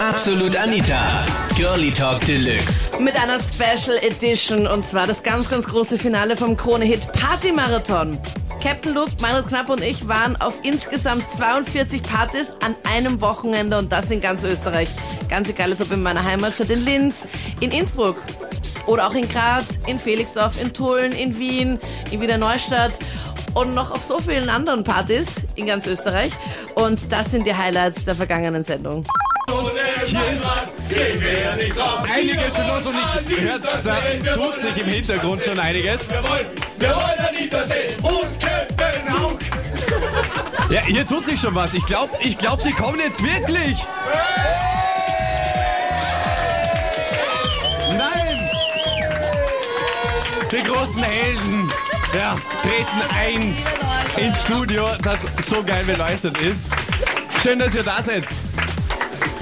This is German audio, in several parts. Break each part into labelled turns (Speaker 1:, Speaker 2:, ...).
Speaker 1: Absolut Anita. Girlie Talk Deluxe.
Speaker 2: Mit einer Special Edition und zwar das ganz, ganz große Finale vom Krone-Hit Party Marathon. Captain Luke, Marit Knapp und ich waren auf insgesamt 42 Partys an einem Wochenende und das in ganz Österreich. Ganz egal, ob in meiner Heimatstadt in Linz, in Innsbruck oder auch in Graz, in Felixdorf, in Tulln, in Wien, in Wiener Neustadt und noch auf so vielen anderen Partys in ganz Österreich. Und das sind die Highlights der vergangenen Sendung.
Speaker 3: Einiges schon los und ich hört,
Speaker 4: also
Speaker 3: da tut sich im Hintergrund schon einiges.
Speaker 5: Wir wollen, wir wollen Anita sehen und Köpenhauk.
Speaker 3: Ja, hier tut sich schon was. Ich glaube, ich glaub, die kommen jetzt wirklich. Nein! Die großen Helden ja, treten ein ins Studio, das so geil beleuchtet ist. Schön, dass ihr da seid.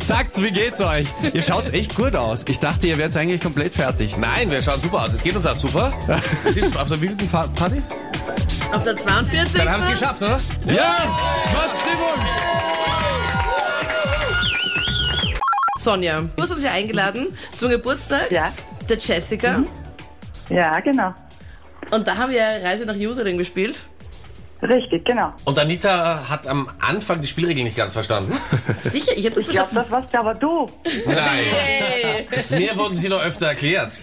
Speaker 3: Sagt's, wie geht's euch? Ihr schaut echt gut aus. Ich dachte, ihr werdet eigentlich komplett fertig.
Speaker 4: Nein, wir schauen super aus. Es geht uns auch super. Wir sind auf der wilden Fa- Party.
Speaker 2: Auf der 42.
Speaker 4: Dann haben sie es geschafft, oder?
Speaker 3: Ja! Was Stimmung!
Speaker 2: Sonja, du hast uns ja eingeladen zum Geburtstag
Speaker 6: Ja, Mhm.
Speaker 2: der Jessica.
Speaker 6: ja, genau.
Speaker 2: Und da haben wir Reise nach Jerusalem gespielt.
Speaker 6: Richtig, genau.
Speaker 4: Und Anita hat am Anfang die Spielregeln nicht ganz verstanden.
Speaker 2: Sicher, ich habe das
Speaker 6: Ich glaube,
Speaker 2: verstanden.
Speaker 6: das warst aber du.
Speaker 4: Nein.
Speaker 2: Hey.
Speaker 4: Mir wurden sie noch öfter erklärt.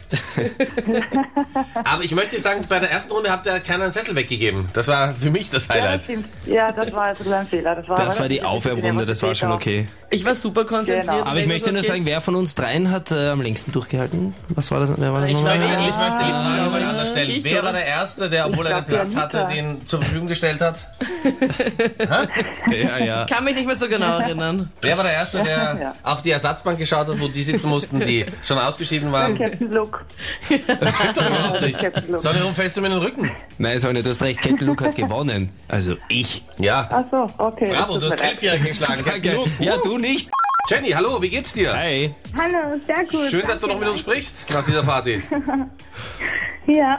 Speaker 4: Aber ich möchte sagen, bei der ersten Runde habt ihr keinen Sessel weggegeben. Das war für mich das
Speaker 6: Ja, das
Speaker 4: Highlight.
Speaker 6: stimmt. Ja, das war also ein Fehler. Das war,
Speaker 7: Das war die Aufwärmrunde, das war schon okay.
Speaker 2: Ich war super konzentriert.
Speaker 6: Genau.
Speaker 7: Aber ich
Speaker 2: also
Speaker 7: möchte nur sagen, wer von uns dreien hat äh, am längsten durchgehalten? Was war das? Wer war das
Speaker 2: Ich
Speaker 7: nochmal?
Speaker 4: Ich
Speaker 2: war-
Speaker 4: möchte die Frage mal anders stellen.
Speaker 2: Ich,
Speaker 4: Wer
Speaker 2: oder?
Speaker 4: war der Erste, der, obwohl
Speaker 6: Ich
Speaker 4: er den
Speaker 6: glaub,
Speaker 4: Platz
Speaker 6: die
Speaker 4: hatte,
Speaker 6: Anita.
Speaker 4: den zur Verfügung gestellt hat?
Speaker 7: ja, ja.
Speaker 2: kann mich nicht mehr so genau erinnern.
Speaker 4: Wer war der Erste, der
Speaker 6: Ja.
Speaker 4: auf die Ersatzbank geschaut hat, wo die sitzen mussten, die schon ausgeschieden waren?
Speaker 6: Captain Luke.
Speaker 4: Das stimmt doch überhaupt nicht.
Speaker 6: Captain Luke.
Speaker 4: Sonne, warum fällst du mir in den Rücken?
Speaker 7: Nein, Sonja, du hast recht, Captain Luke hat gewonnen. Also ich.
Speaker 4: Ja,
Speaker 6: Ach so, okay.
Speaker 4: Bravo,
Speaker 6: das
Speaker 4: du
Speaker 6: Ah,
Speaker 4: hast
Speaker 6: tut mir leid.
Speaker 4: Elfjährige geschlagen. Genug.
Speaker 7: Ja, du nicht.
Speaker 4: Jenny, hallo, wie geht's dir?
Speaker 7: Hey.
Speaker 8: Hallo, sehr gut.
Speaker 4: Schön, dass du noch mit uns sprichst nach dieser Party.
Speaker 8: Ja,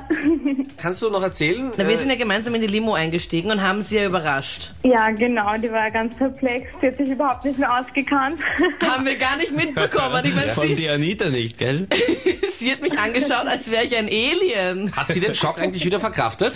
Speaker 4: Kannst du noch erzählen?
Speaker 2: Na, wir
Speaker 4: äh,
Speaker 2: sind ja gemeinsam in die Limo eingestiegen und haben sie ja überrascht.
Speaker 8: ja, genau, die war ganz perplex, die hat sich überhaupt nicht mehr ausgekannt.
Speaker 2: Haben wir gar nicht mitbekommen. Ich meine,
Speaker 7: Von
Speaker 2: sie,
Speaker 7: der Anita nicht, gell?
Speaker 2: sie hat mich angeschaut, als wäre ich ein Alien.
Speaker 4: hat sie den Schock eigentlich wieder verkraftet?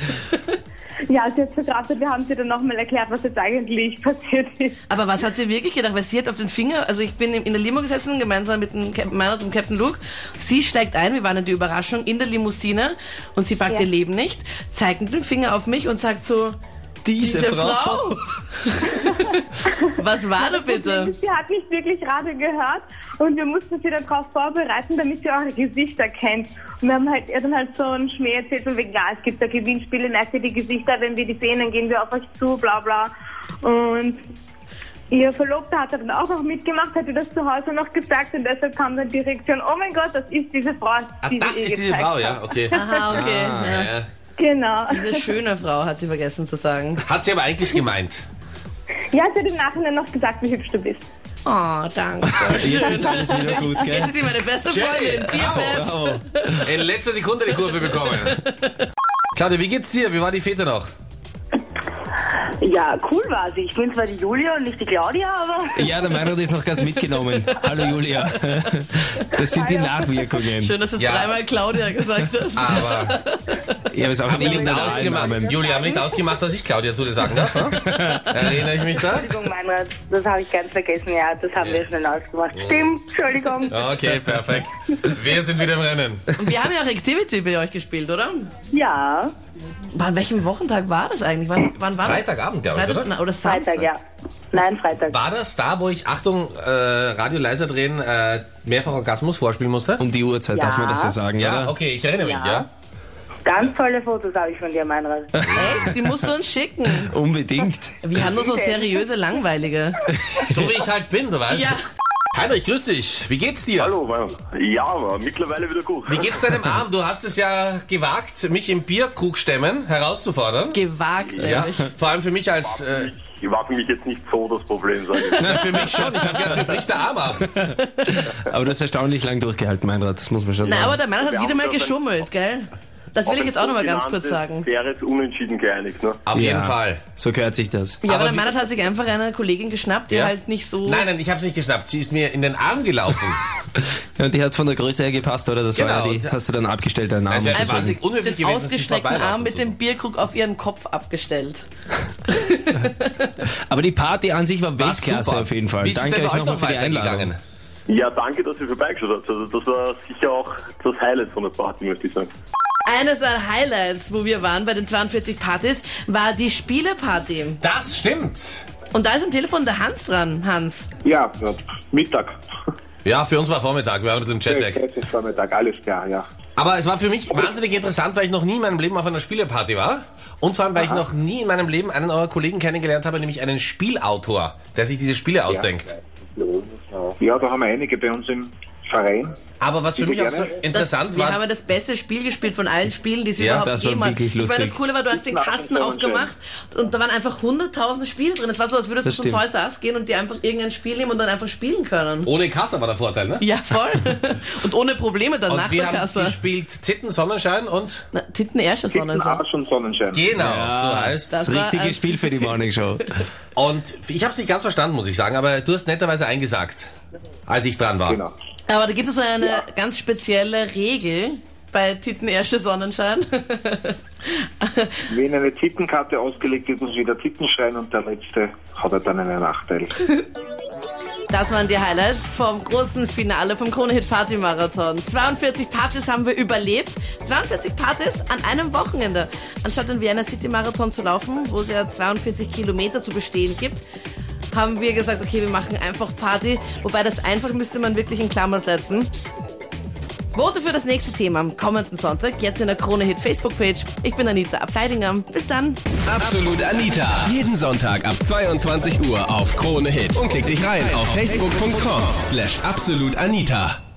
Speaker 8: ja, sie hat verkraftet, wir haben sie dann nochmal erklärt, was jetzt eigentlich passiert ist.
Speaker 2: Aber was hat sie wirklich gedacht? Weil sie hat auf den Finger, also ich bin in der Limo gesessen, gemeinsam mit dem Cap Meinert und Captain Luke. Sie steigt ein, wir waren in die Überraschung in der Limousine und sie packt
Speaker 8: Ja.
Speaker 2: ihr Leben nicht, zeigt mit dem Finger auf mich und sagt so, diese, Frau. was war da bitte?
Speaker 8: Sie hat nicht wirklich Radio gehört und wir mussten sie darauf vorbereiten, damit sie auch ihr Gesicht erkennt. Und wir haben halt ihr dann halt so einen Schmäh erzählt von wegen, ja, es gibt da Gewinnspiele, merkt ihr die Gesichter, wenn wir die sehen, dann gehen wir auf euch zu, bla bla. Und ihr Verlobter hat dann auch noch mitgemacht, hat ihr das zu Hause noch gesagt und deshalb kam dann die Reaktion, oh mein Gott, das ist diese Frau,
Speaker 4: Ah,
Speaker 8: die
Speaker 4: das
Speaker 6: eh
Speaker 8: wir ihr
Speaker 4: ist diese
Speaker 8: gezeigt
Speaker 4: Frau,
Speaker 8: haben.
Speaker 4: ja, okay. Ah,
Speaker 2: Aha, Ah, okay. ja.
Speaker 4: Ja.
Speaker 8: Genau.
Speaker 2: Diese schöne Frau hat sie vergessen zu sagen.
Speaker 4: Hat sie aber eigentlich gemeint.
Speaker 8: Ja, sie hat im Nachhinein noch gesagt, wie hübsch du bist.
Speaker 2: Oh, danke.
Speaker 7: Jetzt ist alles wieder gut, gell?
Speaker 2: Jetzt ist sie meine beste
Speaker 4: Jenny.
Speaker 2: Freundin. BFF.
Speaker 7: Bravo.
Speaker 4: In letzter Sekunde die Kurve bekommen. Claudia, wie geht's dir? Wie war die Fete noch?
Speaker 6: Ja, cool war sie. Ich bin zwar die Julia und nicht die Claudia, aber
Speaker 7: Ja, der Meinrad ist noch ganz mitgenommen. Hallo Julia. Das sind die Nachwirkungen.
Speaker 2: Schön, dass du
Speaker 4: Ja.
Speaker 2: dreimal Claudia gesagt hast.
Speaker 4: Aber
Speaker 7: Ich habe es auch am
Speaker 4: nicht
Speaker 7: Ende
Speaker 4: ausgemacht. Julia, haben wir nicht ausgemacht, dass ich Claudia zu dir sagen darf? hm? Erinnere ich mich da?
Speaker 6: Entschuldigung, Meinrad, das habe ich ganz vergessen. Ja, das haben wir schnell ausgemacht. Stimmt, Entschuldigung.
Speaker 4: Okay, perfekt. Wir sind wieder im Rennen.
Speaker 2: Und wir haben ja auch Activity bei euch gespielt, oder?
Speaker 6: Ja,
Speaker 2: An welchem Wochentag war das eigentlich? Wann, wann war
Speaker 4: Freitagabend,
Speaker 2: das?
Speaker 4: glaube ich,
Speaker 2: Freitag,
Speaker 4: oder?
Speaker 2: na, oder Samstag.
Speaker 6: Freitag, ja. Nein, Freitag.
Speaker 4: War das da, wo ich, Achtung, äh, Radio leiser drehen, äh, mehrfach Orgasmus vorspielen musste?
Speaker 7: Um die Uhrzeit
Speaker 6: Ja.
Speaker 7: darf man das ja sagen,
Speaker 4: Ja,
Speaker 7: oder?
Speaker 4: okay, ich erinnere mich, ja.
Speaker 6: Ja. Ganz tolle Fotos habe ich von dir, Meinrad.
Speaker 2: Die musst du uns schicken.
Speaker 7: Unbedingt.
Speaker 2: Wir haben nur so seriöse, langweilige.
Speaker 4: So wie ich halt bin, du weißt.
Speaker 2: Ja.
Speaker 4: Heinrich, grüß dich. Wie geht's dir?
Speaker 9: Hallo, Mann. Ja, aber mittlerweile wieder gut.
Speaker 4: Wie geht's deinem Arm? Du hast es ja gewagt, mich im Bierkrug stemmen herauszufordern.
Speaker 2: Gewagt,
Speaker 4: Ja,
Speaker 2: nämlich.
Speaker 4: vor allem für mich als, äh,
Speaker 9: Ich war für mich jetzt nicht so das Problem, sage ich.
Speaker 4: na, für mich schon. Ich habe gedacht, mir bricht der Arm ab.
Speaker 7: Aber du hast erstaunlich lang durchgehalten, Meinrad. Das muss man schon
Speaker 2: Na, aber
Speaker 7: sagen.
Speaker 2: der Mann hat
Speaker 9: Wir
Speaker 2: wieder
Speaker 9: haben
Speaker 2: mal
Speaker 9: doch ein-
Speaker 2: geschummelt, gell? Das will ich
Speaker 9: ein
Speaker 2: jetzt auch nochmal ganz kurz
Speaker 9: sogenanntes
Speaker 2: sagen.
Speaker 9: Faires Unentschieden geeinigt, ne?
Speaker 4: Auf jeden
Speaker 7: Ja,
Speaker 4: Fall.
Speaker 7: So gehört sich das.
Speaker 2: Ja, aber,
Speaker 4: Aber
Speaker 2: der
Speaker 4: wie-
Speaker 2: Meinert hat sich einfach eine Kollegin geschnappt, die
Speaker 4: Ja.
Speaker 2: halt nicht so.
Speaker 4: Nein, nein, ich hab's nicht geschnappt. Sie ist mir in den Arm gelaufen.
Speaker 7: Ja, und die hat von der Größe her gepasst, oder? Das war
Speaker 4: Genau.
Speaker 7: ja die, hast du dann abgestellt, deinen Namen.
Speaker 4: Es wäre
Speaker 2: Einfach
Speaker 4: wahnsinnig unhöflich
Speaker 2: den
Speaker 4: gewesen, dass sie
Speaker 2: ausgestreckten
Speaker 4: vorbeilaufen
Speaker 2: Arm mit
Speaker 4: soll.
Speaker 2: dem Bierkrug auf ihren Kopf abgestellt.
Speaker 7: Aber die Party an sich war
Speaker 4: War
Speaker 7: Weltklasse
Speaker 4: super.
Speaker 7: auf jeden Fall.
Speaker 4: Wie ist es
Speaker 7: Danke
Speaker 4: denn
Speaker 7: euch
Speaker 4: bei euch
Speaker 7: nochmal
Speaker 4: noch
Speaker 7: für die
Speaker 4: weitergegangen?
Speaker 7: Einladung.
Speaker 9: Ja, danke, dass ihr vorbeigeschaut habt. Also, das war sicher auch das Highlight von der Party, möchte ich sagen.
Speaker 2: Eines der Highlights, wo wir waren bei den 42 Partys, war die Spieleparty.
Speaker 4: Das stimmt.
Speaker 2: Und da ist am Telefon der Hans dran, Hans.
Speaker 10: Ja, ja, Mittag.
Speaker 4: Ja, für uns war Vormittag, wir waren mit dem Jetlag.
Speaker 10: Es ist Vormittag, alles klar, ja.
Speaker 4: Aber es war für mich wahnsinnig interessant, weil ich noch nie in meinem Leben auf einer Spieleparty war. Und vor allem, weil ich noch nie in meinem Leben einen eurer Kollegen kennengelernt habe, nämlich einen Spielautor, der sich diese Spiele ausdenkt.
Speaker 10: Ja, da haben wir einige bei uns im Verein.
Speaker 4: Aber was für mich auch so
Speaker 10: gerne.
Speaker 2: Das,
Speaker 4: interessant
Speaker 2: wir
Speaker 4: war,
Speaker 2: haben das beste Spiel gespielt von allen Spielen, die es
Speaker 4: Ja,
Speaker 2: überhaupt
Speaker 7: das war
Speaker 2: jemals.
Speaker 7: wirklich
Speaker 2: Ich meine,
Speaker 7: lustig.
Speaker 2: das Coole war, du hast den Kasten
Speaker 10: das war
Speaker 2: aufgemacht und da waren einfach 100.000 Spiele drin. Es war so, als würdest
Speaker 7: Das
Speaker 2: du zum
Speaker 7: stimmt.
Speaker 2: Toys R Us gehen und dir einfach irgendein Spiel nehmen und dann einfach spielen können.
Speaker 4: ohne Kasse war der Vorteil, ne?
Speaker 2: Ja, voll. und ohne Probleme dann nach
Speaker 4: Und wir
Speaker 2: der
Speaker 4: haben
Speaker 2: Kasse.
Speaker 4: gespielt Zitten, Sonnenschein und...
Speaker 2: Na, Titten, Ärsche, Sonne.
Speaker 10: Titten,
Speaker 2: ist er.
Speaker 10: Arsch und Sonnenschein.
Speaker 4: Genau, so heißt
Speaker 2: Das
Speaker 7: Das
Speaker 2: war ähm,
Speaker 7: richtige
Speaker 2: ein-
Speaker 7: Spiel für die Morning Show.
Speaker 4: Und ich habe es nicht ganz verstanden, muss ich sagen, aber du hast netterweise eingesagt, als ich dran war.
Speaker 10: Genau.
Speaker 2: Aber da gibt es so eine ganz spezielle Regel bei Titten, Ärsche, Sonnenschein.
Speaker 10: Wenn eine Tittenkarte ausgelegt wird, muss wieder Titten schreien und der Letzte hat er dann einen Nachteil.
Speaker 2: Das waren die Highlights vom großen Finale vom Kronehit Party Marathon. 42 Partys haben wir überlebt. 42 Partys an einem Wochenende. Anstatt den Vienna City Marathon zu laufen, wo es ja 42 Kilometer zu bestehen gibt, haben wir gesagt, okay, wir machen einfach Party. Wobei das einfach müsste man wirklich in Klammer setzen. Vote für das nächste Thema am kommenden Sonntag, jetzt in der Kronehit Facebook-Page. Ich bin Anita Ableidinger. Bis dann.
Speaker 1: Absolut Anita. Jeden Sonntag ab 22 Uhr auf Krone Hit. Und klick dich rein auf facebook.com slash absolutanita.